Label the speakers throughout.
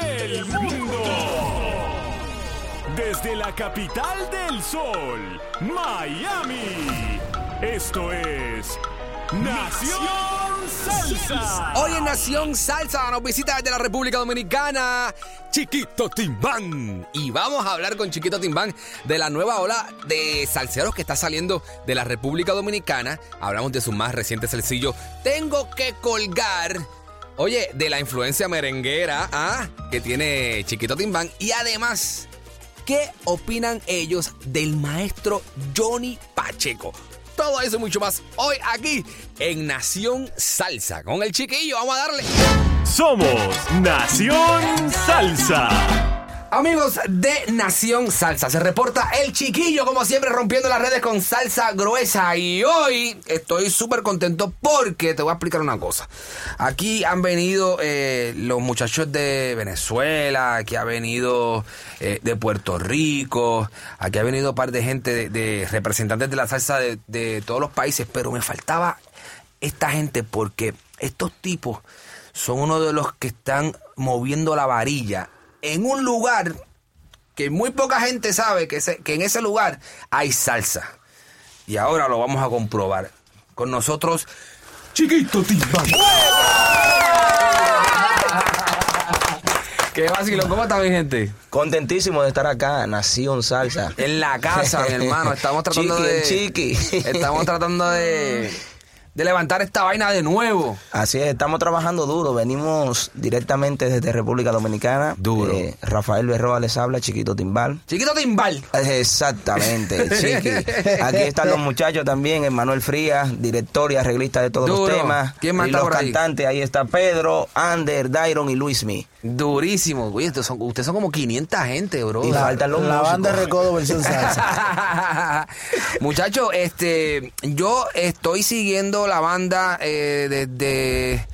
Speaker 1: del mundo. Desde la capital del sol, Miami. Esto es Nación Salsa.
Speaker 2: Hoy en Nación Salsa nos visita desde la República Dominicana Chiquito Timbán. Y vamos a hablar con Chiquito Timbán de la nueva ola de salseros que está saliendo de la República Dominicana. Hablamos de su más reciente sencillo, Tengo que colgar. Oye, de la influencia merenguera ¿ah? que tiene Chiquito Timbán. Y además ¿Qué opinan ellos del maestro Johnny Pacheco? Todo eso y mucho más hoy aquí en Nación Salsa. Con el chiquillo, vamos a darle.
Speaker 1: Somos Nación Salsa.
Speaker 2: Amigos de Nación Salsa, se reporta el chiquillo, como siempre, rompiendo las redes con salsa gruesa. Y hoy estoy súper contento porque te voy a explicar una cosa. Aquí han venido eh, los muchachos de Venezuela, aquí ha venido eh, de Puerto Rico, aquí ha venido un par de gente, de, de representantes de la salsa de, de todos los países, pero me faltaba esta gente porque estos tipos son uno de los que están moviendo la varilla en un lugar que muy poca gente sabe que, se- que en ese lugar hay salsa. Y ahora lo vamos a comprobar. Con nosotros, Chiquito Timbán. Qué vacilón, ¿cómo está mi gente?
Speaker 3: Contentísimo de estar acá, Nación Salsa.
Speaker 2: En la casa, mi hermano. Estamos tratando
Speaker 3: Chiqui,
Speaker 2: de.
Speaker 3: el chiqui.
Speaker 2: Estamos tratando de. De levantar esta vaina de nuevo.
Speaker 3: Así es, estamos trabajando duro. Venimos directamente desde República Dominicana.
Speaker 2: Duro.
Speaker 3: Eh, Rafael Berroa les habla, Chiquito Timbal.
Speaker 2: Chiquito Timbal.
Speaker 3: Exactamente, chiqui. Aquí están los muchachos también, Emanuel Frías, director y arreglista de todos
Speaker 2: Duro.
Speaker 3: los temas.
Speaker 2: ¿Quién más
Speaker 3: y
Speaker 2: está
Speaker 3: los
Speaker 2: por ahí?
Speaker 3: cantantes, ahí está Pedro, Ander, Dairon y Luismi.
Speaker 2: Durísimo. Oye, estos son- ustedes son como 500 gente, bro.
Speaker 3: Y faltan los
Speaker 4: La banda
Speaker 3: músicos.
Speaker 4: Recodo versión salsa.
Speaker 2: Muchachos, este, yo estoy siguiendo la banda eh, desde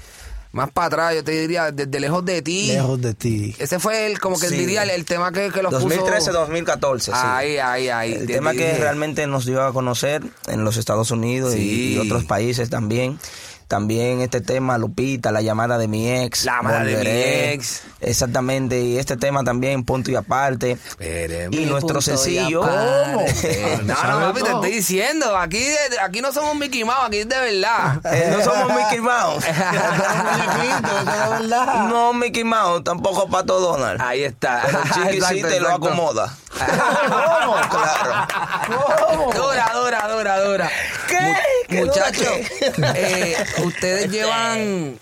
Speaker 2: más para atrás, yo te diría, desde lejos de ti.
Speaker 4: Lejos de ti.
Speaker 2: Ese fue el, como que
Speaker 3: Sí.
Speaker 2: diría el, el tema que, que los puso.
Speaker 3: 2013-2014. sí.
Speaker 2: Ahí, ahí, ahí.
Speaker 3: El
Speaker 2: Te
Speaker 3: tema
Speaker 2: dije.
Speaker 3: que realmente nos dio a conocer en los Estados Unidos y-
Speaker 2: Sí.
Speaker 3: y, otros países también. También este tema, Lupita, la llamada de mi ex.
Speaker 2: La llamada de mi
Speaker 3: Volveré.
Speaker 2: ex.
Speaker 3: Exactamente. Y este tema también, punto y aparte.
Speaker 2: Espéreme,
Speaker 3: Y
Speaker 2: punto
Speaker 3: nuestro sencillo.
Speaker 2: y aparte.
Speaker 3: Eh,
Speaker 2: No, no, papi, te estoy diciendo. Aquí, aquí no somos Mickey Mouse, aquí es de verdad.
Speaker 3: Eh, no somos Mickey Mouse. Eh,
Speaker 4: verdad.
Speaker 3: no, Mickey Mouse, tampoco Pato Donald.
Speaker 2: Ahí está.
Speaker 3: Pero el chiqui sí
Speaker 2: Exacto,
Speaker 3: te lo
Speaker 2: exacto.
Speaker 3: acomoda. ¿Cómo? Claro.
Speaker 2: Dura, dura, dura, dura.
Speaker 3: ¿Qué? ¿Qué
Speaker 2: Muchachos,
Speaker 3: dura
Speaker 2: eh, ustedes llevan.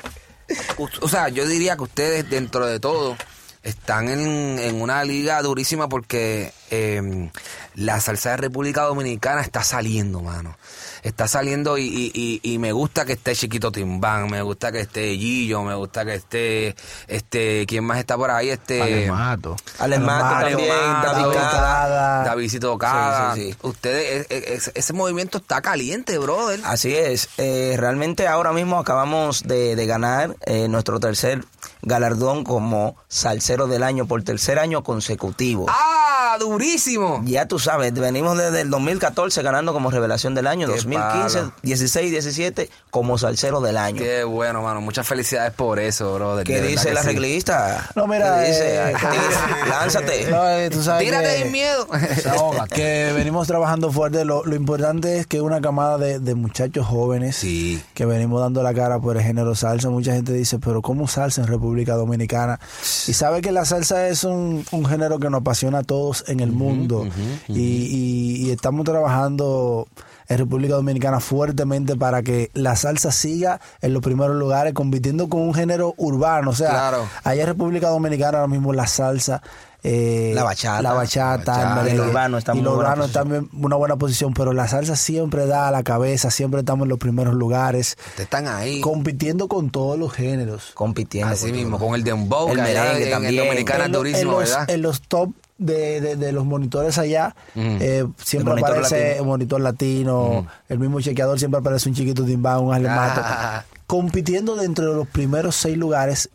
Speaker 2: u- O sea, yo diría que ustedes, dentro de todo, están en, en una liga durísima porque eh, la salsa de República Dominicana está saliendo, mano. Está saliendo y, y- y- y me gusta que esté Chiquito Timbán, me gusta que esté Gillo, me gusta que esté. este ¿Quién más está por ahí? Este.
Speaker 3: Alemato también,
Speaker 2: Alemato,
Speaker 3: David
Speaker 4: Cada-
Speaker 2: Davidcito Cada.
Speaker 3: Sí, sí, sí.
Speaker 2: Ustedes, e- e- ese movimiento está caliente, brother.
Speaker 3: Así es, eh, realmente ahora mismo acabamos de, de ganar eh, nuestro tercer galardón como salsero del año por tercer año consecutivo.
Speaker 2: ¡Ah! ¡Durísimo!
Speaker 3: Ya tú sabes, venimos desde el 2014 ganando como revelación del año,
Speaker 2: Qué
Speaker 3: 2015,
Speaker 2: palo.
Speaker 3: 16, 17 como salsero del año.
Speaker 2: Qué bueno, mano. Muchas felicidades por eso, brother.
Speaker 3: ¿Qué
Speaker 2: De verdad
Speaker 3: dice
Speaker 2: que
Speaker 3: la
Speaker 2: sí.
Speaker 3: reglista?
Speaker 4: No, mira,
Speaker 3: ¿Qué dice?
Speaker 4: eh,
Speaker 3: Ay, tigre, lánzate.
Speaker 4: No, eh, tú sabes
Speaker 2: Tírate
Speaker 4: que-
Speaker 2: sin miedo.
Speaker 4: Desahógate. Que venimos trabajando fuerte. Lo, lo importante es que una camada de, de muchachos jóvenes
Speaker 2: Sí.
Speaker 4: que venimos dando la cara por el género salsa. Mucha gente dice, pero ¿cómo salsa en República Dominicana? Y sabe que la salsa es un, un género que nos apasiona a todos. en el mundo. y, y- y estamos trabajando en República Dominicana fuertemente para que la salsa siga en los primeros lugares, compitiendo con un género urbano. O sea,
Speaker 2: Claro.
Speaker 4: allá en República Dominicana ahora mismo la salsa. eh,
Speaker 3: La bachata.
Speaker 4: la bachata,
Speaker 3: La bachata.
Speaker 4: el merengue,
Speaker 3: Y lo urbano está en
Speaker 4: y
Speaker 3: muy
Speaker 4: lo
Speaker 3: buena
Speaker 4: urbano está
Speaker 3: posición.
Speaker 4: en una buena posición, pero la salsa siempre da a la cabeza, siempre estamos en los primeros lugares
Speaker 2: Ustedes están ahí.
Speaker 4: compitiendo con todos los géneros.
Speaker 3: compitiendo.
Speaker 2: Así
Speaker 3: con
Speaker 2: mismo,
Speaker 3: todo.
Speaker 2: con el dembow,
Speaker 3: El
Speaker 2: que allá
Speaker 3: merengue
Speaker 2: en- En
Speaker 3: también.
Speaker 2: Dominicana es
Speaker 4: lo-
Speaker 2: durísimo,
Speaker 4: los,
Speaker 2: ¿verdad?
Speaker 4: en los top de, de- de los monitores allá, eh, siempre
Speaker 3: Mm. monitor
Speaker 4: aparece
Speaker 3: latino. Mm.
Speaker 4: el monitor latino, el mismo chequeador, siempre aparece un chiquito timbán, un alemato.
Speaker 2: Ah.
Speaker 4: Compitiendo dentro de los primeros seis lugares.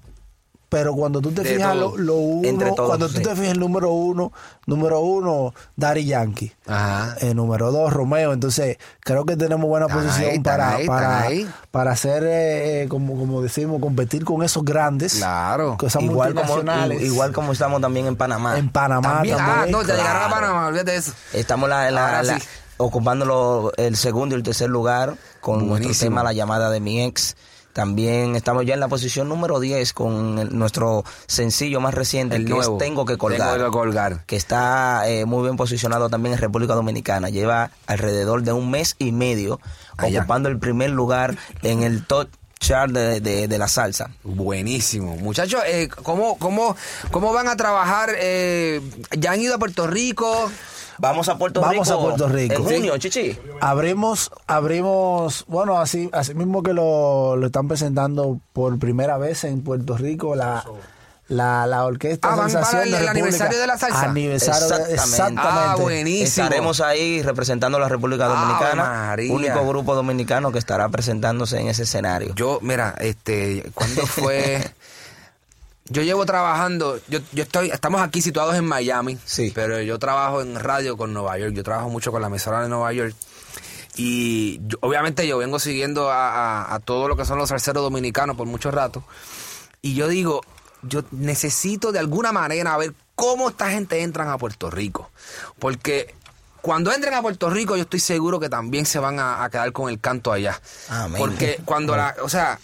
Speaker 4: Pero cuando tú te
Speaker 2: De
Speaker 4: fijas
Speaker 2: todo.
Speaker 4: lo, lo uno,
Speaker 3: Entre todos,
Speaker 4: cuando tú
Speaker 3: sí.
Speaker 4: te fijas el número uno, número uno, Daddy Yankee.
Speaker 2: Ajá.
Speaker 4: El eh, número dos, Romeo. Entonces, creo que tenemos buena
Speaker 2: Están
Speaker 4: posición
Speaker 2: ahí, están
Speaker 4: para,
Speaker 2: ahí, están
Speaker 4: para,
Speaker 2: ahí.
Speaker 4: para hacer, eh, eh, como, como decimos, competir con esos grandes.
Speaker 2: Claro.
Speaker 4: Con esas
Speaker 3: igual como,
Speaker 4: multinacionales.
Speaker 3: igual como estamos también en Panamá.
Speaker 4: En Panamá
Speaker 2: También-
Speaker 4: también.
Speaker 2: ah, no, te
Speaker 4: claro.
Speaker 2: llegará a Panamá, olvídate de eso.
Speaker 3: Estamos la, la-
Speaker 2: Ahora
Speaker 3: la-
Speaker 2: sí.
Speaker 3: ocupando lo- el segundo y el tercer lugar con nuestro
Speaker 2: Buenísimo.
Speaker 3: tema La llamada de mi ex. También estamos ya en la posición número 10 con el- nuestro sencillo más reciente,
Speaker 2: El
Speaker 3: que es
Speaker 2: nuevo.
Speaker 3: Tengo que colgar.
Speaker 2: Tengo que colgar.
Speaker 3: que está eh, muy bien posicionado también en República Dominicana. Lleva alrededor de un mes y medio
Speaker 2: Allá.
Speaker 3: ocupando el primer lugar en el top chart de, de- de la salsa.
Speaker 2: Buenísimo. Muchachos, eh, ¿cómo, cómo, ¿cómo van a trabajar? Eh, ¿Ya han ido a Puerto Rico?
Speaker 3: Vamos a Puerto
Speaker 4: Vamos
Speaker 3: Rico.
Speaker 4: a Puerto Rico.
Speaker 3: En
Speaker 4: Sí.
Speaker 3: junio, chichi.
Speaker 4: Abrimos, abrimos, bueno, así, así mismo que lo, lo están presentando por primera vez en Puerto Rico, la, la, la orquesta
Speaker 2: Ah, van
Speaker 4: Sensación
Speaker 2: para el-
Speaker 4: de
Speaker 2: el
Speaker 4: República.
Speaker 2: aniversario de la salsa.
Speaker 4: Aniversario,
Speaker 3: Exactamente.
Speaker 4: exactamente.
Speaker 2: Ah, buenísimo.
Speaker 3: Estaremos ahí representando a la República
Speaker 2: Ave
Speaker 3: Dominicana.
Speaker 2: María.
Speaker 3: Único grupo dominicano que estará presentándose en ese escenario.
Speaker 2: Yo, mira, este, ¿cuándo fue? yo llevo trabajando, yo, yo estoy, estamos aquí situados en Miami,
Speaker 3: Sí.
Speaker 2: pero yo trabajo en radio con Nueva York, yo trabajo mucho con la emisora de Nueva York. Y yo- obviamente yo vengo siguiendo a, a- a todo lo que son los salseros dominicanos por mucho rato. Y yo digo, yo necesito de alguna manera ver cómo esta gente entran a Puerto Rico. Porque cuando entren a Puerto Rico, yo estoy seguro que también se van a, a quedar con el canto allá.
Speaker 3: Amén.
Speaker 2: Porque cuando la, o sea,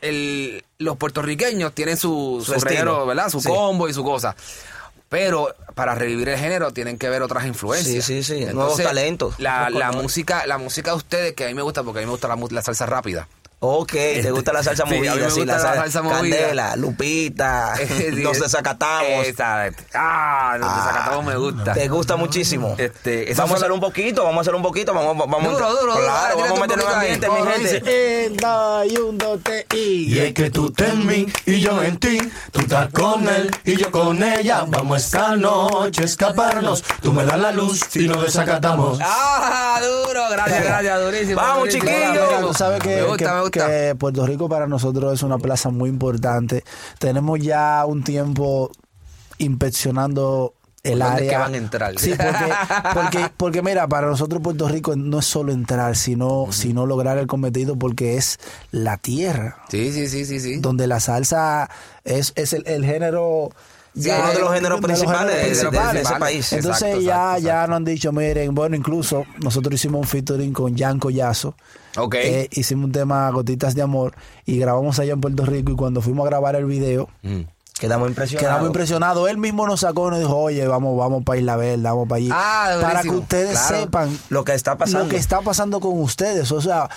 Speaker 2: el- los puertorriqueños tienen su,
Speaker 3: Su
Speaker 2: su,
Speaker 3: estilo.
Speaker 2: reguero, ¿verdad? Su
Speaker 3: Sí.
Speaker 2: combo y su cosa. Pero para revivir el género tienen que ver otras influencias.
Speaker 3: Sí, sí, sí. Nuevos talentos.
Speaker 2: La,
Speaker 3: Nuevos
Speaker 2: la
Speaker 3: colores.
Speaker 2: música, la música de ustedes, que a mí me gusta, porque a mí me gusta la, mu- la salsa rápida.
Speaker 3: Ok, ¿te gusta la salsa
Speaker 2: Este, Sí, a mí
Speaker 3: movida?
Speaker 2: me
Speaker 3: sí,
Speaker 2: gusta la salsa movida.
Speaker 3: Candela, Lupita,
Speaker 2: Sí,
Speaker 3: nos
Speaker 2: es-
Speaker 3: desacatamos.
Speaker 2: Exacto. Ah, los desacatados me gusta.
Speaker 3: Te gusta muchísimo.
Speaker 2: Este, esas
Speaker 3: vamos
Speaker 2: son
Speaker 3: a hacer
Speaker 2: las-
Speaker 3: un poquito, vamos a hacer un poquito, vamos, vamos.
Speaker 2: Duro, duro, duro. Ahora
Speaker 3: Claro, vamos
Speaker 2: tírate
Speaker 3: a
Speaker 2: un
Speaker 3: meter un
Speaker 2: poquito ahí.
Speaker 3: ambiente, mi
Speaker 4: Como
Speaker 3: gente.
Speaker 4: dice, "Eh, dos, y un, dos, tres, y".
Speaker 5: Y es que tú estás en mí y yo en ti, tú estás con él y yo con ella. Vamos esta noche a escaparnos, tú me das la luz y nos desacatamos.
Speaker 2: Ah, duro, gracias, gracias, durísimo.
Speaker 3: Vamos,
Speaker 2: durísimo.
Speaker 3: chiquillos.
Speaker 2: Mira, mira,
Speaker 4: Tú sabes que,
Speaker 2: me gusta,
Speaker 4: que-
Speaker 2: me gusta.
Speaker 4: que Puerto Rico para nosotros es una plaza muy importante. Tenemos ya un tiempo inspeccionando el
Speaker 2: ¿Por dónde
Speaker 4: área.
Speaker 2: es que van a entrar?
Speaker 4: Sí, porque, porque, porque mira, para nosotros Puerto Rico no es solo entrar, sino, sino lograr el cometido porque es la tierra,
Speaker 2: Sí, sí, sí, sí, sí.
Speaker 4: donde la salsa es, es el, el género...
Speaker 3: Sí,
Speaker 4: ya-
Speaker 3: uno de los géneros
Speaker 4: de los
Speaker 3: principales de- de-
Speaker 4: géneros
Speaker 3: de,
Speaker 4: principales.
Speaker 3: ese
Speaker 2: principales.
Speaker 3: país.
Speaker 2: Exacto,
Speaker 4: Entonces
Speaker 2: exacto,
Speaker 4: ya, ya
Speaker 2: exacto.
Speaker 4: nos han dicho, miren, bueno, incluso nosotros hicimos un featuring con Jan Collazo.
Speaker 2: Ok.
Speaker 4: Eh, hicimos un tema Gotitas de Amor y grabamos allá en Puerto Rico y cuando fuimos a grabar el video,
Speaker 3: Quedamos impresionados.
Speaker 4: quedamos impresionados. Él mismo nos sacó y nos dijo, oye, vamos, vamos para Isla Verde, vamos para allí.
Speaker 2: Ah,
Speaker 4: para que
Speaker 2: buenísimo.
Speaker 4: ustedes
Speaker 2: Claro.
Speaker 4: sepan
Speaker 3: Lo que está pasando.
Speaker 4: lo que está pasando con ustedes. O sea,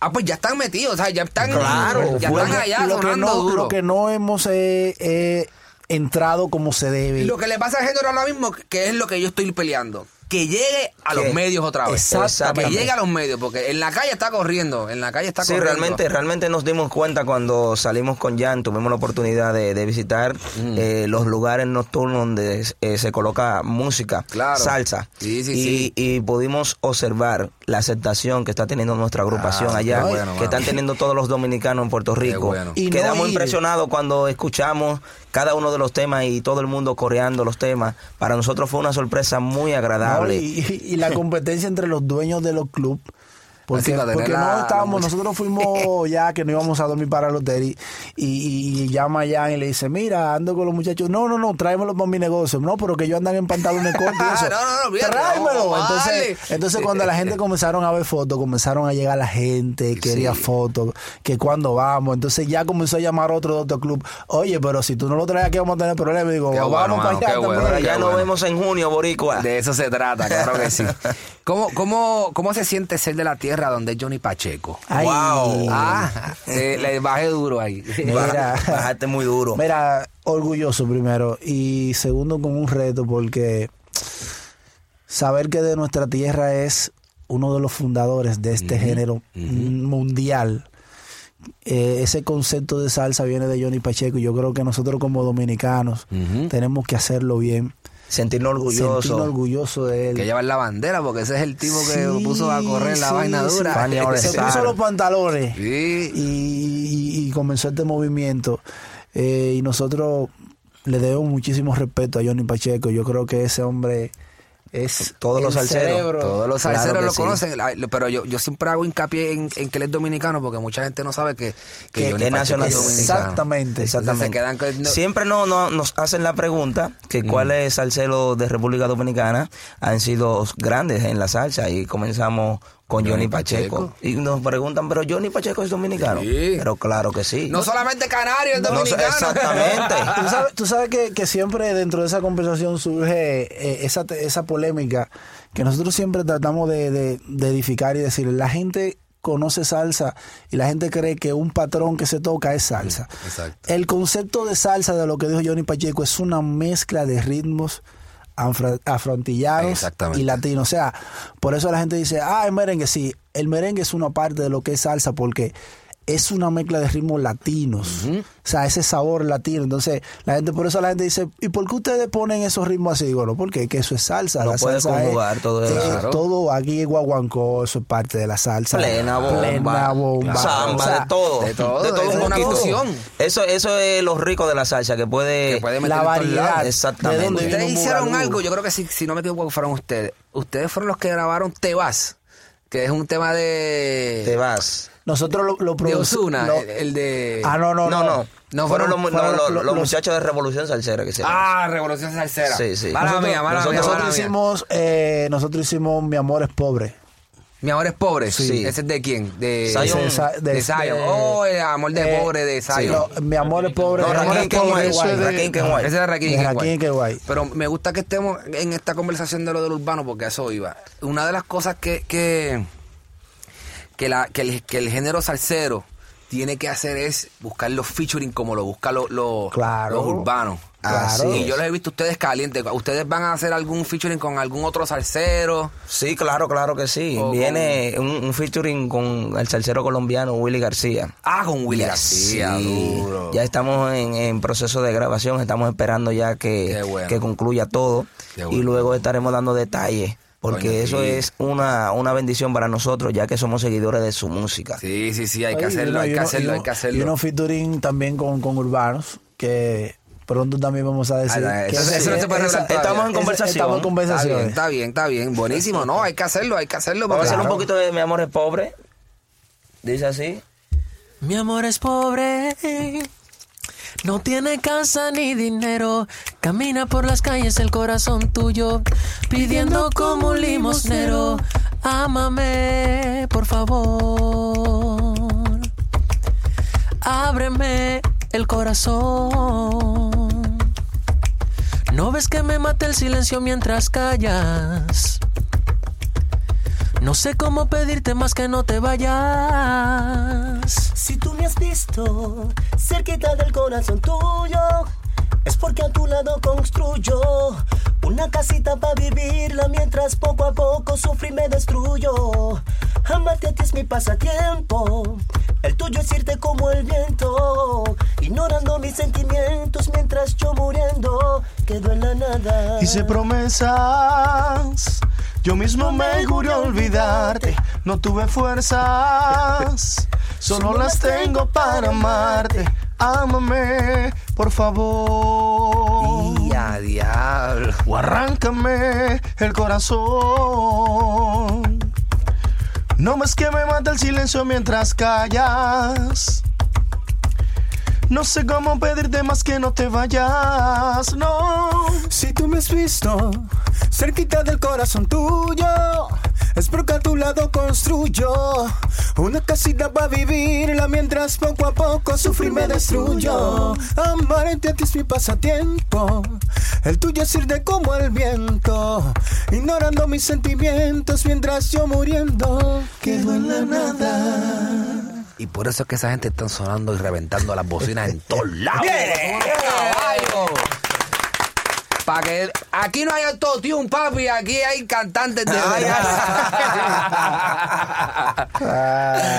Speaker 2: Ah, pues ya están metidos, o sea, ya están,
Speaker 3: Claro,
Speaker 2: ya
Speaker 3: fue-
Speaker 2: están allá
Speaker 4: lo, que
Speaker 2: sonando
Speaker 4: no,
Speaker 2: duro.
Speaker 4: lo que no hemos eh, eh, entrado como se debe.
Speaker 2: Lo que le pasa al género ahora mismo, que es lo que yo estoy peleando. Que llegue a
Speaker 3: Que-
Speaker 2: los medios otra vez. Que
Speaker 3: Exactamente.
Speaker 2: llegue a los medios, porque en la calle está corriendo. En la calle está
Speaker 3: Sí,
Speaker 2: corriendo.
Speaker 3: realmente, realmente nos dimos cuenta cuando salimos con Jan, tuvimos la oportunidad de, de visitar
Speaker 2: Mm.
Speaker 3: eh, los lugares nocturnos donde eh, se coloca música,
Speaker 2: Claro.
Speaker 3: salsa,
Speaker 2: Sí, sí,
Speaker 3: y,
Speaker 2: sí.
Speaker 3: y pudimos observar la aceptación que está teniendo nuestra agrupación
Speaker 2: Ah,
Speaker 3: allá,
Speaker 2: qué bueno,
Speaker 3: que
Speaker 2: mano.
Speaker 3: están teniendo todos los dominicanos en Puerto Rico.
Speaker 2: bueno.
Speaker 4: Y no
Speaker 3: Quedamos
Speaker 4: ir.
Speaker 3: impresionados cuando escuchamos cada uno de los temas y todo el mundo coreando los temas. Para nosotros fue una sorpresa muy
Speaker 4: ¿no?
Speaker 3: agradable.
Speaker 4: y, y- y la competencia entre los dueños de los clubes
Speaker 2: Así
Speaker 4: Porque,
Speaker 2: que a tener
Speaker 4: porque
Speaker 2: la-
Speaker 4: no estábamos,
Speaker 2: la-
Speaker 4: nosotros fuimos ya que no íbamos a dormir para el hotel y, y, y llama a Jan y le dice, mira, ando con los muchachos. No, no, no, tráemelo para mi negocio. No, pero que yo andan en pantalones cortos y eso.
Speaker 2: Ah, No, no, no, olvídate,
Speaker 4: tráemelo.
Speaker 2: vamos,
Speaker 4: entonces,
Speaker 2: vale.
Speaker 4: entonces cuando la gente comenzaron a ver fotos, comenzaron a llegar la gente, quería fotos, que cuando vamos. Entonces ya comenzó a llamar otro de otro club. Oye, pero si tú no lo traes aquí vamos a tener problemas. Y digo,
Speaker 2: Qué bueno,
Speaker 4: vamos para
Speaker 2: mano,
Speaker 4: allá
Speaker 2: qué
Speaker 4: también".
Speaker 2: bueno,
Speaker 3: Pero ya
Speaker 2: qué
Speaker 3: nos
Speaker 2: bueno.
Speaker 3: vemos en junio, Boricua.
Speaker 2: De eso se trata, claro que sí. ¿Cómo, cómo, cómo se siente ser de la tierra donde es Johnny Pacheco?
Speaker 4: Ay.
Speaker 2: ¡Wow! Ah, eh, le bajé duro ahí.
Speaker 4: Mira.
Speaker 3: Bajaste muy duro.
Speaker 4: Mira, orgulloso primero y segundo con un reto porque saber que de nuestra tierra es uno de los fundadores de este género mundial. Eh, ese concepto de salsa viene de Johnny Pacheco y yo creo que nosotros como dominicanos tenemos que hacerlo bien.
Speaker 3: Sentirnos
Speaker 4: Sentirnos
Speaker 3: orgullosos.
Speaker 4: orgulloso de él.
Speaker 2: Que llevar la bandera porque ese es el tipo que puso a correr la
Speaker 4: Sí,
Speaker 2: vaina
Speaker 4: sí,
Speaker 2: dura.
Speaker 3: Fanny All
Speaker 4: Se puso
Speaker 3: Star.
Speaker 4: los pantalones
Speaker 2: Sí.
Speaker 4: y, y- y comenzó este movimiento. Eh, y nosotros le debemos muchísimo respeto a Johnny Pacheco. Yo creo que ese hombre es
Speaker 3: Todos los
Speaker 4: el
Speaker 3: salseros,
Speaker 4: cerebro.
Speaker 2: Todos los
Speaker 3: Claro
Speaker 2: salseros
Speaker 3: que
Speaker 2: lo
Speaker 3: sí.
Speaker 2: conocen, la- lo- pero yo, yo siempre hago hincapié en, en que él es dominicano porque mucha gente no sabe que, que,
Speaker 3: Que-
Speaker 2: Johnny
Speaker 3: que
Speaker 2: Pacheco
Speaker 3: nacional-
Speaker 2: es dominicano.
Speaker 4: Exactamente,
Speaker 2: Entonces se
Speaker 4: exactamente.
Speaker 2: quedan con- no-
Speaker 3: Siempre no, no- nos hacen la pregunta que cuáles salseros de República Dominicana han sido grandes en la salsa y comenzamos con Johnny,
Speaker 2: Johnny
Speaker 3: Pacheco. Y nos preguntan, pero Johnny Pacheco es dominicano.
Speaker 2: Sí.
Speaker 3: Pero claro que sí.
Speaker 2: no solamente canario, es
Speaker 3: No, no,
Speaker 2: dominicano.
Speaker 3: exactamente.
Speaker 4: Tú sabes, tú sabes que, que siempre dentro de esa conversación surge eh, esa, te- esa polémica que nosotros siempre tratamos de, de- de edificar y decir, la gente conoce salsa y la gente cree que un patrón que se toca es salsa.
Speaker 2: exacto.
Speaker 4: El concepto de salsa de lo que dijo Johnny Pacheco es una mezcla de ritmos afra- afroantillanos
Speaker 2: Exactamente.
Speaker 4: y latinos. O sea, por eso la gente dice, ah, el merengue, sí, el merengue es una parte de lo que es salsa porque es una mezcla de ritmos latinos. O sea, ese sabor latino. Entonces, la gente, por eso la gente dice, ¿y por qué ustedes ponen esos ritmos así? Digo, no, porque que eso es salsa.
Speaker 3: No
Speaker 4: la
Speaker 3: puede
Speaker 4: salsa es-
Speaker 3: conjugar todo
Speaker 4: es-
Speaker 3: eso.
Speaker 2: Claro.
Speaker 4: Todo aquí es guaguancó, eso es parte de la salsa.
Speaker 3: Plena bomba,
Speaker 4: Plena bomba.
Speaker 3: samba,
Speaker 4: O sea,
Speaker 3: de todo,
Speaker 2: de todo,
Speaker 4: es
Speaker 3: un
Speaker 4: una
Speaker 3: poquito.
Speaker 2: fusión.
Speaker 3: Eso, eso es lo rico de la salsa que puede,
Speaker 2: Que puede meter
Speaker 4: La
Speaker 2: en todos
Speaker 4: variedad.
Speaker 2: lados.
Speaker 4: ¿De
Speaker 3: Exactamente.
Speaker 4: dónde
Speaker 2: Ustedes
Speaker 4: viene un
Speaker 2: hicieron
Speaker 4: bugalú?
Speaker 2: algo, yo creo que si, si no me equivoco fueron ustedes. Ustedes fueron los que grabaron Te Vas, que es un tema de...
Speaker 3: te vas.
Speaker 4: Nosotros lo, lo
Speaker 2: De
Speaker 4: producimos.
Speaker 2: Ozuna,
Speaker 4: lo-
Speaker 2: el, el de...
Speaker 4: Ah, no, no,
Speaker 3: No, no.
Speaker 2: No, fueron-
Speaker 3: fueron, los, no,
Speaker 4: fueron
Speaker 3: los-
Speaker 4: lo-
Speaker 3: los
Speaker 4: los-
Speaker 3: muchachos de Revolución Salsera que se
Speaker 2: Ah, Revolución Salsera.
Speaker 3: Sí, sí.
Speaker 2: Mala
Speaker 3: Nosotros-
Speaker 2: mía, mala mía, mala
Speaker 4: Ah, Nosotros
Speaker 2: mía.
Speaker 4: hicimos, eh, nosotros hicimos Mi amor es pobre.
Speaker 2: Mi amor es pobre.
Speaker 3: Sí.
Speaker 2: ¿Ese es de quién? De
Speaker 3: Zion.
Speaker 2: De,
Speaker 4: Esa-
Speaker 2: de Zion.
Speaker 4: de-
Speaker 2: oh, el amor de
Speaker 4: eh,
Speaker 2: pobre de Zion.
Speaker 4: no, mi amor es pobre.
Speaker 3: No,
Speaker 4: Mi amor
Speaker 3: Rakim
Speaker 4: es
Speaker 3: Kenway,
Speaker 4: pobre,
Speaker 3: eso
Speaker 4: guay.
Speaker 3: es de- Rakim Kenway.
Speaker 2: Ese es de Raquín
Speaker 4: De Rakim
Speaker 2: y
Speaker 4: Kenway.
Speaker 2: Pero me gusta que estemos en esta conversación de lo del urbano porque a eso iba. Una de las cosas que que, que, la, que, el, que el género salsero tiene que hacer es buscar los featuring como lo buscan los los-
Speaker 4: Claro.
Speaker 2: los urbanos.
Speaker 4: Claro.
Speaker 2: Así. Y yo los he visto a ustedes calientes. ¿Ustedes van a hacer algún featuring con algún otro salsero?
Speaker 3: Sí, claro, claro que sí.
Speaker 2: O
Speaker 3: Viene un, un featuring con el salsero colombiano Willy García.
Speaker 2: Ah, con Willy
Speaker 3: Ya
Speaker 2: García,
Speaker 3: sí.
Speaker 2: duro.
Speaker 3: Ya estamos en, en proceso de grabación, estamos esperando ya que,
Speaker 2: Qué bueno.
Speaker 3: que concluya todo
Speaker 2: Qué bueno.
Speaker 3: y luego estaremos dando detalles, porque
Speaker 2: Coño,
Speaker 3: eso
Speaker 2: sí.
Speaker 3: es una, una bendición para nosotros, ya que somos seguidores de su música.
Speaker 2: Sí, sí, sí, hay que
Speaker 4: Oye, y
Speaker 2: hacerlo,
Speaker 4: uno-
Speaker 2: hay
Speaker 4: y
Speaker 2: que
Speaker 4: uno-
Speaker 2: hacerlo,
Speaker 4: y
Speaker 2: hay que
Speaker 4: uno-
Speaker 2: hacerlo.
Speaker 4: Y unos featuring también con, con urbanos, que pronto también vamos a decir.
Speaker 2: Ah,
Speaker 4: que
Speaker 2: eso-
Speaker 4: sí,
Speaker 2: eso no se puede
Speaker 4: esa-
Speaker 2: revelar todavía.
Speaker 3: Estamos en
Speaker 4: esa-
Speaker 3: conversación.
Speaker 4: Estamos en
Speaker 2: Está
Speaker 4: conversaciones.
Speaker 2: bien, está bien, está bien. Buenísimo, no, hay que hacerlo, hay que hacerlo.
Speaker 3: Vamos
Speaker 2: porque-
Speaker 3: a hacer un
Speaker 2: Claro.
Speaker 3: poquito de Mi amor es pobre. Dice así.
Speaker 6: Mi amor es pobre, no tiene casa ni dinero. Camina por las calles el corazón tuyo, pidiendo como un limosnero. Ámame, por favor. Ábreme el corazón. No ves que me mata el silencio mientras callas. No sé cómo pedirte más que no te vayas.
Speaker 7: Si tú me has visto cerquita del corazón tuyo, es porque a tu lado construyo una casita para vivirla mientras poco a poco sufro y me destruyo. Amarte a ti es mi pasatiempo, el tuyo es irte como el viento, ignorando mis sentimientos mientras yo muriendo quedo en la nada.
Speaker 5: Hice promesas, yo mismo me juré olvidarte. No tuve fuerzas, solo las tengo para amarte. Ámame, por favor.
Speaker 2: Y a diablo.
Speaker 5: O arráncame el corazón. No más que me mata el silencio mientras callas. No sé cómo pedirte más que no te vayas, no.
Speaker 8: Si tú me has visto cerquita del corazón tuyo, es porque a tu lado construyo una casita para vivirla mientras poco a poco sufrir me destruyo. Amarte a ti es mi pasatiempo, el tuyo es irte como el viento, ignorando mis sentimientos mientras yo muriendo quedo en la nada.
Speaker 2: Y por eso es que esa gente está sonando y reventando las bocinas en todos lados.
Speaker 9: Bien.
Speaker 2: Para que aquí no haya un papi, aquí hay cantantes de verdad.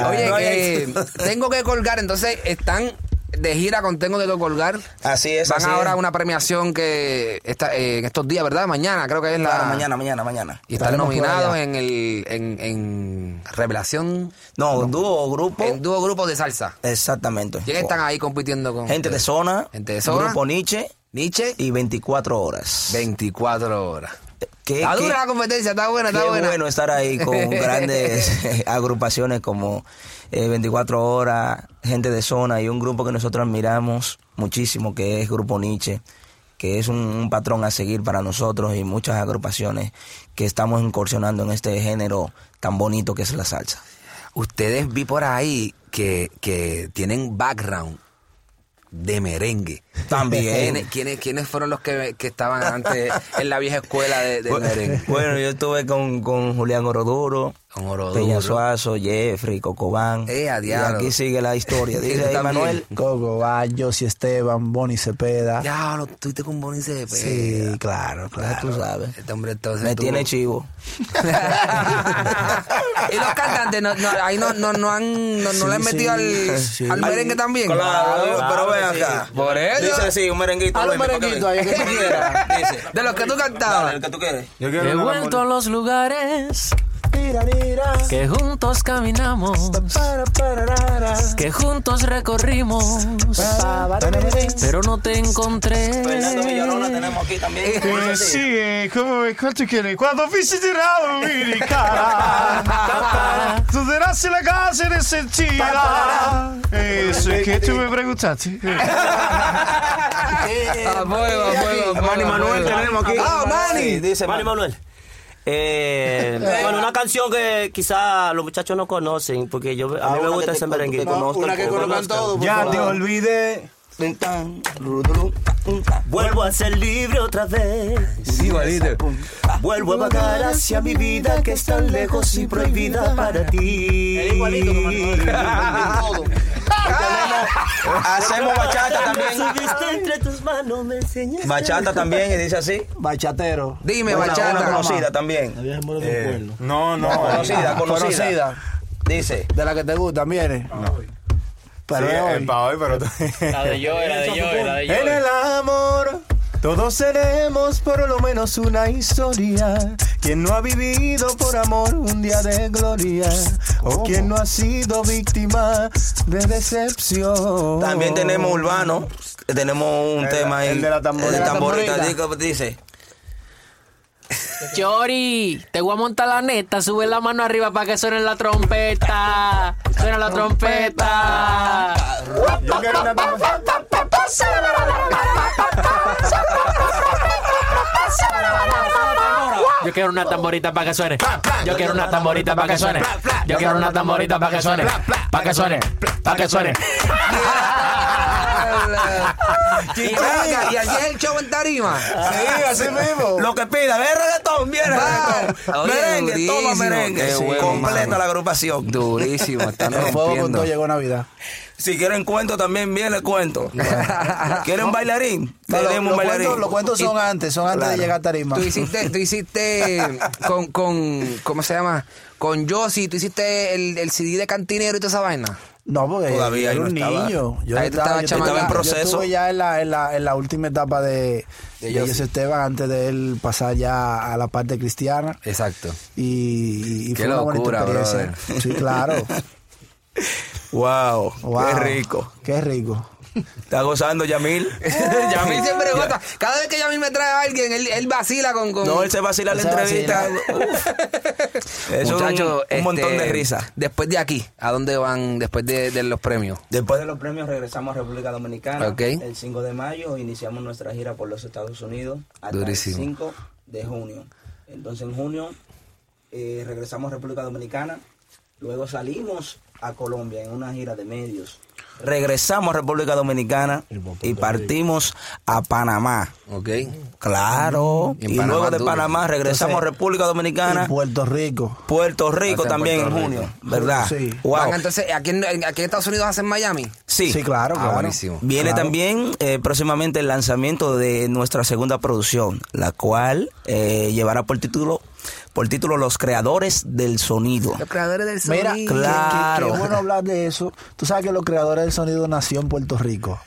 Speaker 2: Oye,
Speaker 3: no hay
Speaker 2: que tengo que colgar, entonces están de gira con Tengo que colgar.
Speaker 3: Así es.
Speaker 2: Van
Speaker 3: así
Speaker 2: ahora
Speaker 3: es.
Speaker 2: a una premiación que está eh, en estos días, ¿verdad? Mañana, creo que es la.
Speaker 3: Claro, mañana, mañana, mañana.
Speaker 2: Y están
Speaker 3: Estaremos por
Speaker 2: nominados
Speaker 3: allá.
Speaker 2: en el en, en Revelación.
Speaker 3: No, dúo o grupo.
Speaker 2: En dúo o grupo de salsa.
Speaker 3: Exactamente.
Speaker 2: ¿Quiénes están ahí compitiendo con?
Speaker 3: Oh. Gente de zona.
Speaker 2: Gente de zona.
Speaker 3: Grupo Nietzsche.
Speaker 2: Nietzsche.
Speaker 3: Y 24 horas.
Speaker 2: 24 horas.
Speaker 3: Eh, ¿Qué,
Speaker 2: Está
Speaker 3: qué-
Speaker 2: dura la competencia, está buena, está
Speaker 3: qué
Speaker 2: buena.
Speaker 3: bueno estar ahí con grandes eh, agrupaciones como eh, 24 Horas, Gente de Zona y un grupo que nosotros admiramos muchísimo, que es Grupo Nietzsche, que es un, un patrón a seguir para nosotros y muchas agrupaciones que estamos incursionando en este género tan bonito que es la salsa.
Speaker 2: Ustedes vi por ahí que, que tienen background de merengue.
Speaker 3: También.
Speaker 2: ¿Quiénes, quiénes, quiénes fueron los que, que estaban antes en la vieja escuela de, de merengue?
Speaker 3: Bueno, yo estuve con, con Julián Oroduro,
Speaker 2: Con Oroduro.
Speaker 3: Peña Suazo, Jeffrey, Cocobán.
Speaker 2: Eh, a
Speaker 3: y
Speaker 2: diablo.
Speaker 3: aquí sigue la historia.
Speaker 2: Sí,
Speaker 3: Dice ahí,
Speaker 2: también.
Speaker 3: Manuel.
Speaker 4: Coco, Bayos y Esteban, Bonnie Cepeda.
Speaker 2: Ya, lo tuviste con Bonnie Cepeda.
Speaker 4: Sí, claro, claro.
Speaker 3: tú sabes.
Speaker 2: Este hombre entonces
Speaker 3: Me
Speaker 2: tuvo-
Speaker 3: tiene chivo.
Speaker 2: Y los cantantes, no, no, ahí no, no, no han, no, no le han
Speaker 3: Sí,
Speaker 2: metido
Speaker 3: sí.
Speaker 2: al,
Speaker 3: Sí.
Speaker 2: al
Speaker 3: Ay,
Speaker 2: merengue también.
Speaker 3: Claro, pero ven
Speaker 2: sí.
Speaker 3: acá.
Speaker 2: Por eso.
Speaker 3: Dice así, un merenguito.
Speaker 2: Haz un
Speaker 3: Luis, para que
Speaker 2: merenguito
Speaker 3: veas.
Speaker 2: ahí, que tú quieras. De los que tú cantabas.
Speaker 3: Dale, el que tú quieres.
Speaker 6: He vuelto a los lugares
Speaker 7: Mira, mira.
Speaker 6: que juntos caminamos,
Speaker 7: Para, para, ra, ra.
Speaker 6: que juntos recorrimos, Pues. pero no te encontré.
Speaker 3: Fernando Villalona tenemos aquí también. Dice así.
Speaker 5: Sigue, ¿cómo es? ¿Cuánto quieres? Cuando visitará
Speaker 6: Ah,
Speaker 5: Dominicana, tú serás la casa de sentirá. Eso es que tú me preguntaste.
Speaker 2: A fuego, a fuego, a fuego,
Speaker 5: Manny
Speaker 2: a
Speaker 5: Manuel
Speaker 2: fuego.
Speaker 5: tenemos aquí.
Speaker 2: Ah,
Speaker 5: Sí,
Speaker 2: Manny.
Speaker 5: dice
Speaker 10: Manny Manuel. Eh, bueno, una canción que quizás los muchachos no conocen, porque yo,
Speaker 11: Ah,
Speaker 10: a mí me gusta ese merengue.
Speaker 5: Ya te olvidé.
Speaker 10: Vuelvo a ser libre otra vez. Vuelvo a vagar hacia mi vida que es tan lejos y prohibida para ti.
Speaker 3: Hacemos bachata también.
Speaker 10: Me subiste entre tus manos, me enseñaste.
Speaker 3: Bachata también, y dice así.
Speaker 4: Bachatero.
Speaker 2: Dime,
Speaker 3: Una-
Speaker 2: bachata.
Speaker 3: Una conocida también. Eh,
Speaker 5: No, eh, no.
Speaker 3: Conocida, conocida.
Speaker 4: Conocida.
Speaker 3: Dice.
Speaker 4: De la que te gusta, viene.
Speaker 5: Ah,
Speaker 4: Pero es hoy.
Speaker 5: para hoy, pero.
Speaker 11: La de yo, la de yo, la de yo.
Speaker 5: En el amor todos tenemos por lo menos una historia. Quien no ha vivido por amor un día de gloria o quien no ha sido víctima de decepción.
Speaker 3: También tenemos Urbano. que Tenemos un
Speaker 5: Oh. El-
Speaker 3: tema ahí.
Speaker 5: el de la tamborita.
Speaker 3: El de
Speaker 5: La
Speaker 3: tamborita.
Speaker 5: tamborita.
Speaker 3: Dice.
Speaker 6: Chori, te voy a montar la neta, sube la mano arriba para que suene la trompeta. Suena la trompeta.
Speaker 5: Yo quiero una tamborita.
Speaker 6: Yo quiero una tamborita para que suene. Yo quiero una tamborita para que suene. Yo quiero una tamborita para que suene. Para que suene. Para que suene.
Speaker 2: Y, ven acá, y así es el show en tarima.
Speaker 3: Sí, así mismo. Lo que pida, ve reggaetón, viene reggaetón.
Speaker 2: Oye,
Speaker 3: merengue, toma
Speaker 2: durísimo,
Speaker 3: merengue.
Speaker 2: qué
Speaker 3: Sí,
Speaker 2: bueno,
Speaker 3: completa
Speaker 2: mano.
Speaker 3: la agrupación.
Speaker 2: Durísimo, están
Speaker 4: El fuego cuando
Speaker 2: rompiendo.
Speaker 4: llegó Navidad.
Speaker 3: Si quieren cuento, también viene cuento. ¿Quieren bailarín?
Speaker 4: No, lo-
Speaker 3: Tenemos
Speaker 4: los
Speaker 3: bailarín.
Speaker 4: cuentos- los cuentos son antes, son antes de
Speaker 3: Claro.
Speaker 4: llegar a Tarima.
Speaker 2: Tú hiciste, tú hiciste con, con, ¿cómo se llama? Con Josie, tú hiciste el, el CD de cantinero y toda esa vaina.
Speaker 4: No, porque
Speaker 3: Todavía yo
Speaker 4: yo era un
Speaker 3: no estaba.
Speaker 4: niño. Yo
Speaker 2: Ahí tú estabas
Speaker 4: yo
Speaker 2: chamaco.
Speaker 3: Estaba en
Speaker 4: yo
Speaker 3: proceso.
Speaker 4: estuve ya en la, en la, en la última etapa de, de,
Speaker 2: José.
Speaker 4: José Esteban antes de él pasar ya a la parte cristiana.
Speaker 2: Exacto.
Speaker 4: Y, y
Speaker 2: Qué
Speaker 4: fue una
Speaker 2: locura,
Speaker 4: bonita experiencia.
Speaker 2: brother.
Speaker 4: Sí, claro.
Speaker 3: Wow,
Speaker 4: Wow.
Speaker 3: Qué rico.
Speaker 4: Qué rico.
Speaker 3: Está gozando Yamil.
Speaker 2: Yamil siempre goza. Cada vez que Yamil me trae a alguien, él, él vacila con, con...
Speaker 3: No, él se vacila la
Speaker 4: Él se
Speaker 3: entrevista.
Speaker 4: vacila.
Speaker 3: Uf. Eso
Speaker 2: Muchachos,
Speaker 3: es un- un montón de risa.
Speaker 2: este, Después de aquí, ¿a dónde van después de, de los premios?
Speaker 3: Después de los premios regresamos a República Dominicana.
Speaker 2: Ok.
Speaker 3: El 5 de mayo iniciamos nuestra gira por los Estados Unidos hasta
Speaker 2: Durísimo.
Speaker 3: el 5 de junio. Entonces en junio eh, regresamos a República Dominicana. Luego salimos a Colombia en una gira de medios. Regresamos a República Dominicana y partimos a Panamá.
Speaker 2: Ok.
Speaker 3: Claro.
Speaker 4: Y Mm, en
Speaker 3: Y,
Speaker 4: Panamá
Speaker 3: luego de
Speaker 4: duro.
Speaker 3: Panamá regresamos
Speaker 4: Entonces,
Speaker 3: a República Dominicana.
Speaker 4: y Puerto Rico.
Speaker 3: Puerto Rico
Speaker 4: Hasta
Speaker 3: también
Speaker 4: Puerto
Speaker 3: en
Speaker 4: Rico.
Speaker 3: junio, ¿verdad?
Speaker 4: Sí.
Speaker 3: Wow.
Speaker 2: Van, entonces, aquí en, aquí en Estados Unidos hacen Miami.
Speaker 3: Sí,
Speaker 4: claro,
Speaker 2: Ah, claro. buenísimo.
Speaker 3: Viene
Speaker 2: Claro.
Speaker 3: también eh, próximamente el lanzamiento de nuestra segunda producción, la cual eh, llevará por título por título Los creadores del sonido.
Speaker 2: Los creadores del
Speaker 4: Mira,
Speaker 3: sonido.
Speaker 4: que- que-
Speaker 3: claro.
Speaker 4: Que, bueno hablar de eso. Tú sabes que los creadores del sonido nació en Puerto Rico.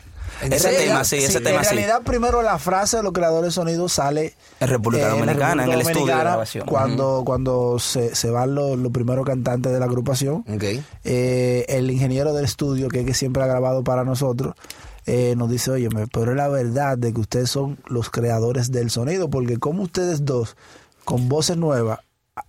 Speaker 3: ¿En Ese serio? tema Ah, sí, ese tema
Speaker 4: En
Speaker 3: sí.
Speaker 4: realidad, primero la frase de los creadores del sonido sale
Speaker 3: En República
Speaker 4: eh, la
Speaker 3: Dominicana, en el
Speaker 4: República
Speaker 3: estudio de
Speaker 4: Dominicana,
Speaker 3: grabación.
Speaker 4: Cuando, cuando se, se van los, los primeros cantantes de la agrupación, eh, el ingeniero del estudio, que es que siempre ha grabado para nosotros, eh, nos dice, oye, pero es la verdad de que ustedes son los creadores del sonido, porque como ustedes dos, con voces nuevas,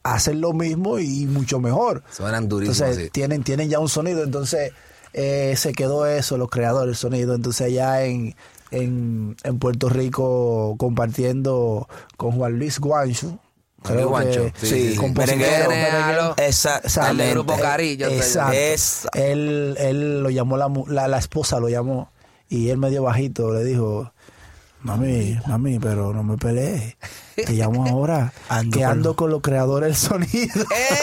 Speaker 4: hacen lo mismo y mucho mejor.
Speaker 2: Suenan durísimos.
Speaker 4: Entonces,
Speaker 2: sí.
Speaker 4: tienen, tienen ya un sonido, entonces eh, se quedó eso, los creadores del sonido. Entonces allá en, en, en Puerto Rico compartiendo con Juan Luis Guancho.
Speaker 2: Juan Luis
Speaker 4: Creo
Speaker 2: Guancho, sí,
Speaker 4: que
Speaker 2: sí, sí. Merenguero. Merenguero.
Speaker 3: Exactamente.
Speaker 4: El
Speaker 2: El grupo Cari, yo te digo.
Speaker 4: Exacto.
Speaker 3: Es-
Speaker 4: Él, él lo llamó, la, mu- la, la esposa lo llamó y él medio bajito le dijo, mami, mami, pero no me pelees. Te llamo ahora, que ando con los creadores del sonido.
Speaker 2: ¡Eh!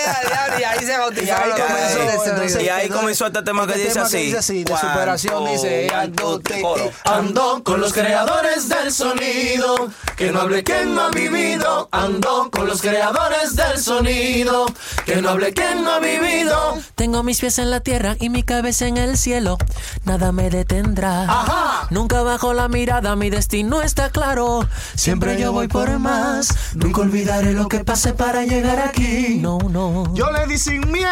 Speaker 2: Y ahí se bautizaron los
Speaker 4: Y ahí
Speaker 2: creadores
Speaker 4: comenzó,
Speaker 2: del sonido.
Speaker 4: entonces,
Speaker 3: y ahí comenzó este tema que
Speaker 4: este
Speaker 3: dice
Speaker 4: tema
Speaker 3: así.
Speaker 4: que dice así, de
Speaker 3: Cuando
Speaker 4: superación, dice,
Speaker 3: ando- coro.
Speaker 8: Ando con los creadores del sonido, que no hable quien no ha vivido. Ando con los creadores del sonido, que no hable quien no ha vivido.
Speaker 6: Tengo mis pies en la tierra y mi cabeza en el cielo. Nada me detendrá. Nunca bajo la mirada, mi destino está claro. Siempre yo voy por más. Nunca olvidaré lo que pasé para llegar aquí. No, no.
Speaker 8: Yo le di sin miedo.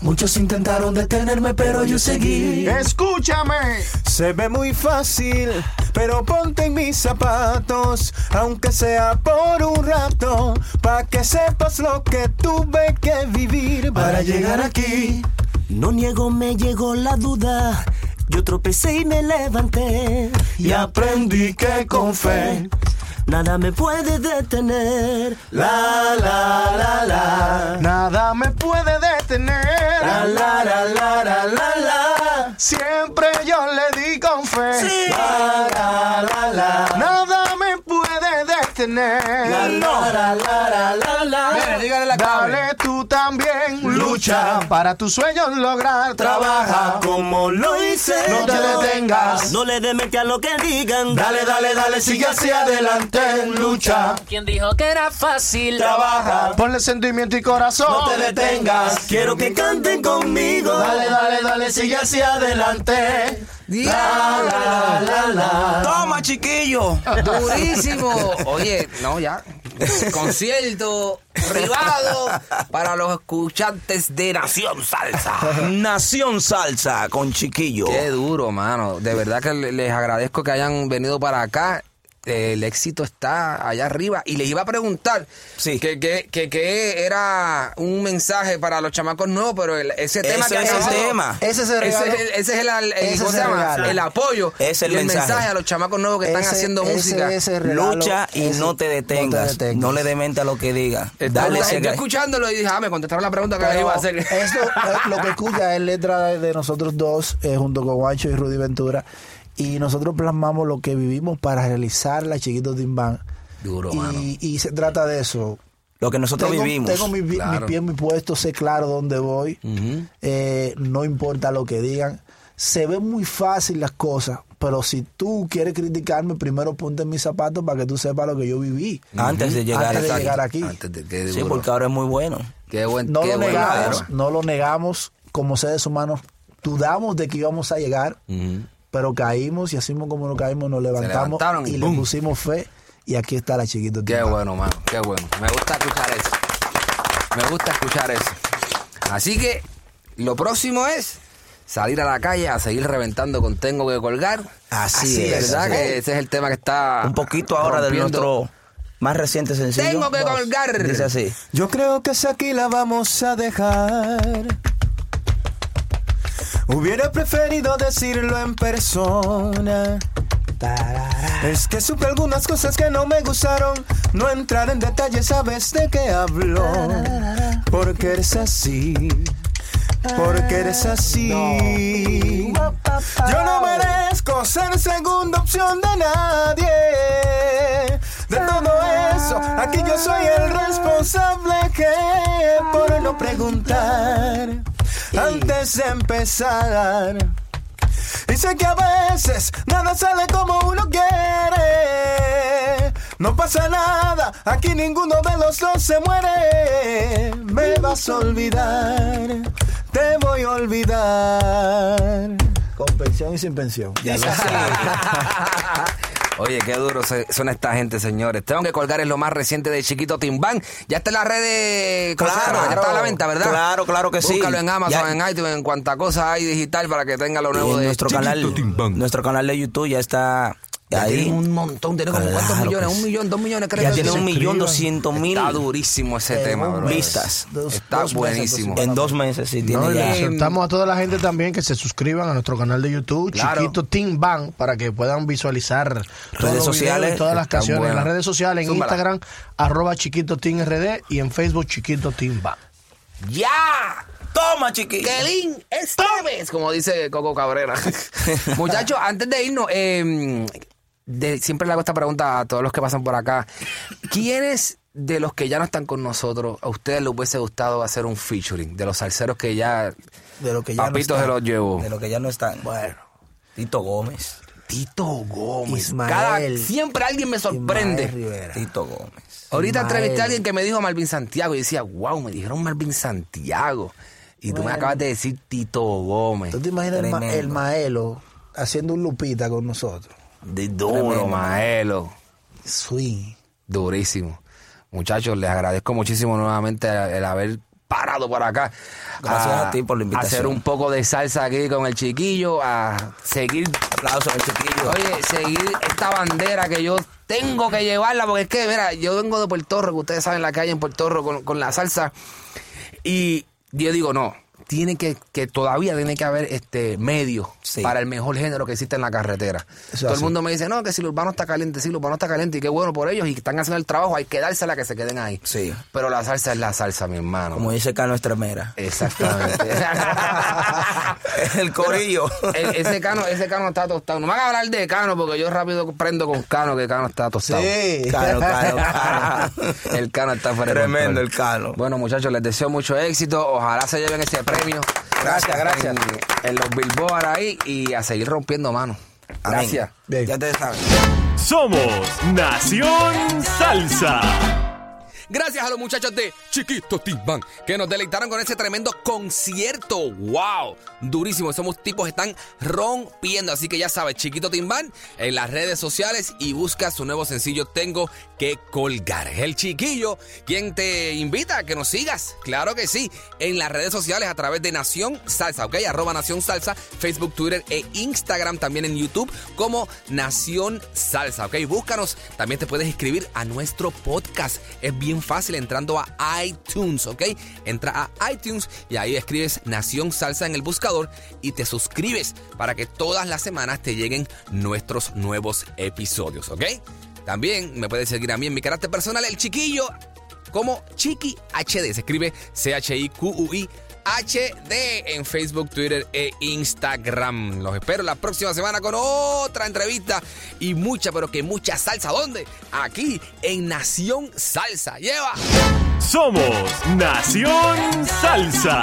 Speaker 6: Muchos intentaron detenerme, pero yo seguí.
Speaker 8: Escúchame. Se ve muy fácil, pero ponte en mis zapatos, aunque sea por un rato, pa que sepas lo que tuve que vivir para llegar aquí.
Speaker 7: No niego, me llegó la duda. Yo tropecé y me levanté.
Speaker 8: Y aprendí que con fe
Speaker 7: Nada me puede detener.
Speaker 8: La la la la. Nada me puede detener. La la la la la la la. Siempre yo le di con fe. La la la la. Nada me puede detener.
Speaker 7: La, la, la, la, la, la. Mira, dígale la clave.
Speaker 8: Dale tú también lucha para tus sueños lograr.
Speaker 3: Ah,
Speaker 8: Trabaja como lo hice. No te
Speaker 7: yo.
Speaker 8: detengas.
Speaker 7: No le demente a lo que digan.
Speaker 8: Dale, dale, dale, sigue hacia adelante, lucha.
Speaker 6: ¿Quién dijo que era fácil?
Speaker 8: Trabaja, ponle sentimiento y corazón. No te detengas. Quiero que canten conmigo. Dale, dale, dale, sigue hacia adelante. La, la, la, la.
Speaker 3: Toma, chiquillo.
Speaker 2: Durísimo. Oye, no, ya. Concierto privado para los escuchantes de Nación Salsa.
Speaker 3: Nación Salsa con Chiquillo.
Speaker 2: Qué duro, mano. De verdad que le- les agradezco que hayan venido para acá. Eh, El éxito está allá arriba. Y les iba a preguntar que, que- que- que era un mensaje para los chamacos nuevos, pero el- ese
Speaker 3: Ese
Speaker 2: tema que han
Speaker 3: es el
Speaker 2: dado-
Speaker 3: tema.
Speaker 4: Ese es el regalo.
Speaker 2: Ese, es el, el-
Speaker 4: Ese es
Speaker 2: ¿cómo
Speaker 4: el
Speaker 2: se llama?
Speaker 4: regalo.
Speaker 2: El apoyo.
Speaker 3: Ese es el
Speaker 2: y el
Speaker 3: mensaje.
Speaker 2: mensaje a los chamacos nuevos que están
Speaker 4: Ese-
Speaker 2: haciendo
Speaker 4: ese
Speaker 2: música.
Speaker 4: es el regalo.
Speaker 3: Lucha y
Speaker 4: Ese-
Speaker 3: no te detengas. No,
Speaker 4: detengas.
Speaker 3: le demente a lo que diga.
Speaker 2: Dale,
Speaker 3: Dale
Speaker 2: yo
Speaker 3: ese gas.
Speaker 2: escuchándolo y dije, ah, me contestaron la pregunta que les
Speaker 4: Pero
Speaker 2: iba a hacer.
Speaker 4: es lo, es lo que escucha es letra de nosotros dos, eh, junto con Guancho y Rudy Ventura. Y nosotros plasmamos lo que vivimos para realizar la Chiquito Timbán.
Speaker 2: Duro,
Speaker 4: Y, y se trata de eso.
Speaker 3: Lo que nosotros
Speaker 4: tengo,
Speaker 3: vivimos.
Speaker 4: Tengo mi, mi
Speaker 3: Claro.
Speaker 4: pie en mi puesto, sé claro dónde voy. Eh, no importa lo que digan. Se ven muy fácil las cosas, pero si tú quieres criticarme, primero ponte en mis zapatos para que tú sepas lo que yo viví.
Speaker 3: Antes de llegar,
Speaker 4: Antes de
Speaker 3: aquí.
Speaker 4: llegar aquí.
Speaker 2: Antes de- qué
Speaker 3: Sí,
Speaker 2: duro.
Speaker 3: porque ahora es muy bueno.
Speaker 2: Qué buen,
Speaker 4: No
Speaker 2: qué
Speaker 4: lo
Speaker 2: buen
Speaker 4: negamos,
Speaker 2: tema.
Speaker 4: no lo negamos como seres humanos. Dudamos de que íbamos a llegar, pero caímos y así como nos caímos, nos levantamos
Speaker 2: levantaron y
Speaker 4: y
Speaker 2: ¡boom!
Speaker 4: le pusimos fe. Y aquí está la chiquita.
Speaker 2: Qué bueno, mano, qué bueno. Me gusta escuchar eso. Me gusta escuchar eso. Así que lo próximo es salir a la calle a seguir reventando con Tengo que colgar.
Speaker 3: Así es,
Speaker 2: ¿Verdad?
Speaker 3: así
Speaker 2: que
Speaker 3: es.
Speaker 2: ese es el tema que está
Speaker 3: Un poquito ahora de
Speaker 2: rompiendo
Speaker 3: nuestro más reciente sencillo.
Speaker 2: Tengo que
Speaker 3: Boss.
Speaker 2: colgar.
Speaker 3: Dice así.
Speaker 5: Yo creo que esa aquí la vamos a dejar. Hubiera preferido decirlo en persona. Es que supe algunas cosas que no me gustaron. No entrar en detalle, sabes de qué hablo. Porque eres así. Porque eres así. Yo no merezco ser segunda opción de nadie. De todo eso, aquí yo soy el responsable que por no preguntar antes de empezar. Y sé que a veces nada sale como uno quiere. No pasa nada, aquí ninguno de los dos se muere. Me vas a olvidar, te voy a olvidar.
Speaker 4: Con pensión y sin pensión.
Speaker 2: Ya lo Oye, qué duro se- son esta gente, señores. Tengo que colgar es lo más reciente de Chiquito Timbán. Ya está en la red de... ¿cómo se
Speaker 3: Claro,
Speaker 2: llama? ya está a la venta, ¿verdad?
Speaker 3: claro, claro que sí.
Speaker 2: Búscalo en Amazon,
Speaker 3: Ya-
Speaker 2: en iTunes, en cuanta cosa hay digital para que tenga lo
Speaker 3: Y
Speaker 2: nuevo
Speaker 3: en
Speaker 2: de
Speaker 3: nuestro canal, nuestro canal de YouTube ya está ahí.
Speaker 2: tiene un montón, tiene como cuántos
Speaker 3: Claro
Speaker 2: millones,
Speaker 3: que
Speaker 2: un
Speaker 3: sí.
Speaker 2: millón, dos millones, creo.
Speaker 3: Ya
Speaker 2: que
Speaker 3: tiene
Speaker 2: tiene.
Speaker 3: un millón doscientos mil
Speaker 2: Está durísimo ese
Speaker 3: eh,
Speaker 2: tema, bro.
Speaker 3: vistas.
Speaker 2: Está buenísimo.
Speaker 3: En dos meses, sí, tiene
Speaker 12: No, y
Speaker 3: ya.
Speaker 12: exhortamos a toda la gente también que se suscriban a nuestro canal de YouTube,
Speaker 3: Claro.
Speaker 12: Chiquito Team Bang, para que puedan visualizar todos
Speaker 3: Redes
Speaker 12: los
Speaker 3: sociales,
Speaker 12: videos y todas las
Speaker 3: están
Speaker 12: canciones. En
Speaker 3: buenas.
Speaker 12: las redes sociales, en
Speaker 3: Zúmbala.
Speaker 12: Instagram, arroba Chiquito Team RD y en Facebook, Chiquito Team Bang.
Speaker 2: ¡Ya!
Speaker 3: ¡Toma, chiquito!
Speaker 2: ¡Kelin Esteves! Como dice Coco Cabrera. Muchachos, antes de irnos, eh, de- siempre le hago esta pregunta a todos los que pasan por acá. ¿Quiénes de los que ya no están con nosotros, a ustedes les hubiese gustado hacer un featuring? De los salseros que ya...
Speaker 3: De lo que ya
Speaker 2: Papito
Speaker 3: no
Speaker 2: se
Speaker 3: está.
Speaker 2: lo llevó.
Speaker 3: De lo que ya no están. Bueno, Tito Gómez.
Speaker 2: Tito Gómez.
Speaker 3: Ismael.
Speaker 2: Cada, siempre alguien me sorprende.
Speaker 3: Tito Gómez.
Speaker 2: Ahorita
Speaker 3: Ismael.
Speaker 2: entrevisté a alguien que me dijo Malvin Santiago y decía, wow, me dijeron Malvin Santiago. Y tú me acabas de decir Tito Gómez.
Speaker 4: ¿Tú te imaginas el, ma- el Maelo haciendo un lupita con nosotros?
Speaker 2: De duro,
Speaker 4: Tremendo.
Speaker 2: Maelo.
Speaker 4: Swing.
Speaker 2: Durísimo. Muchachos, les agradezco muchísimo nuevamente el, el haber parado por acá.
Speaker 3: Gracias a ti por la invitación.
Speaker 2: Hacer un poco de salsa aquí con el chiquillo, a seguir.
Speaker 3: Aplausos al chiquillo.
Speaker 2: Oye, seguir esta bandera que yo tengo que llevarla, porque es que, mira, yo vengo de Puerto Rico, ustedes saben la calle en Puerto Rico con, con la salsa. Y yo digo, no, tiene que, que todavía tiene que haber este medio para el mejor género que existe en la carretera.
Speaker 4: Eso
Speaker 2: Todo el
Speaker 4: así.
Speaker 2: mundo me dice, no, que si el urbano está caliente, sí, el urbano está caliente, y qué bueno por ellos, y que están haciendo el trabajo, hay que dársela que se queden ahí. Sí. Pero la salsa es la salsa, mi hermano.
Speaker 3: Como dice Carlos Estremera.
Speaker 2: Exactamente.
Speaker 3: el corillo.
Speaker 2: E- ese cano, ese cano está tostado. No me hagas hablar de cano, porque yo rápido prendo con cano que cano está tostado.
Speaker 3: Sí. Cano, Cano, Cano.
Speaker 2: El cano está fuera de
Speaker 3: Tremendo
Speaker 2: control.
Speaker 3: el Cano.
Speaker 2: Bueno, muchachos, les deseo mucho éxito. Ojalá se lleven ese premio.
Speaker 3: Gracias, gracias.
Speaker 2: En, en los billboard ahí y a seguir rompiendo manos.
Speaker 3: Amén.
Speaker 2: Gracias.
Speaker 3: Ya te sabes.
Speaker 1: Somos Nación Salsa.
Speaker 2: Gracias a los muchachos de Chiquito Timbán que nos deleitaron con ese tremendo concierto. ¡Wow! Durísimo. Somos tipos que están rompiendo. Así que ya sabes, Chiquito Timbán en las redes sociales y busca su nuevo sencillo Tengo que colgar. El chiquillo, quien te invita a que nos sigas. Claro que sí. En las redes sociales a través de Nación Salsa, ¿ok? Arroba Nación Salsa, Facebook, Twitter e Instagram, también en YouTube como Nación Salsa, ¿ok? Búscanos. También te puedes inscribir a nuestro podcast. Es bien fácil entrando a iTunes, ¿ok? Entra a iTunes y ahí escribes Nación Salsa en el buscador y te suscribes para que todas las semanas te lleguen nuestros nuevos episodios, ¿ok? También me puedes seguir a mí en mi carácter personal, el chiquillo, como Chiqui HD. Se escribe C-H-I-Q-U-I. HD en Facebook, Twitter e Instagram. Los espero la próxima semana con otra entrevista y mucha, pero que mucha salsa. ¿Dónde? Aquí en Nación Salsa. Lleva.
Speaker 1: Somos Nación Salsa.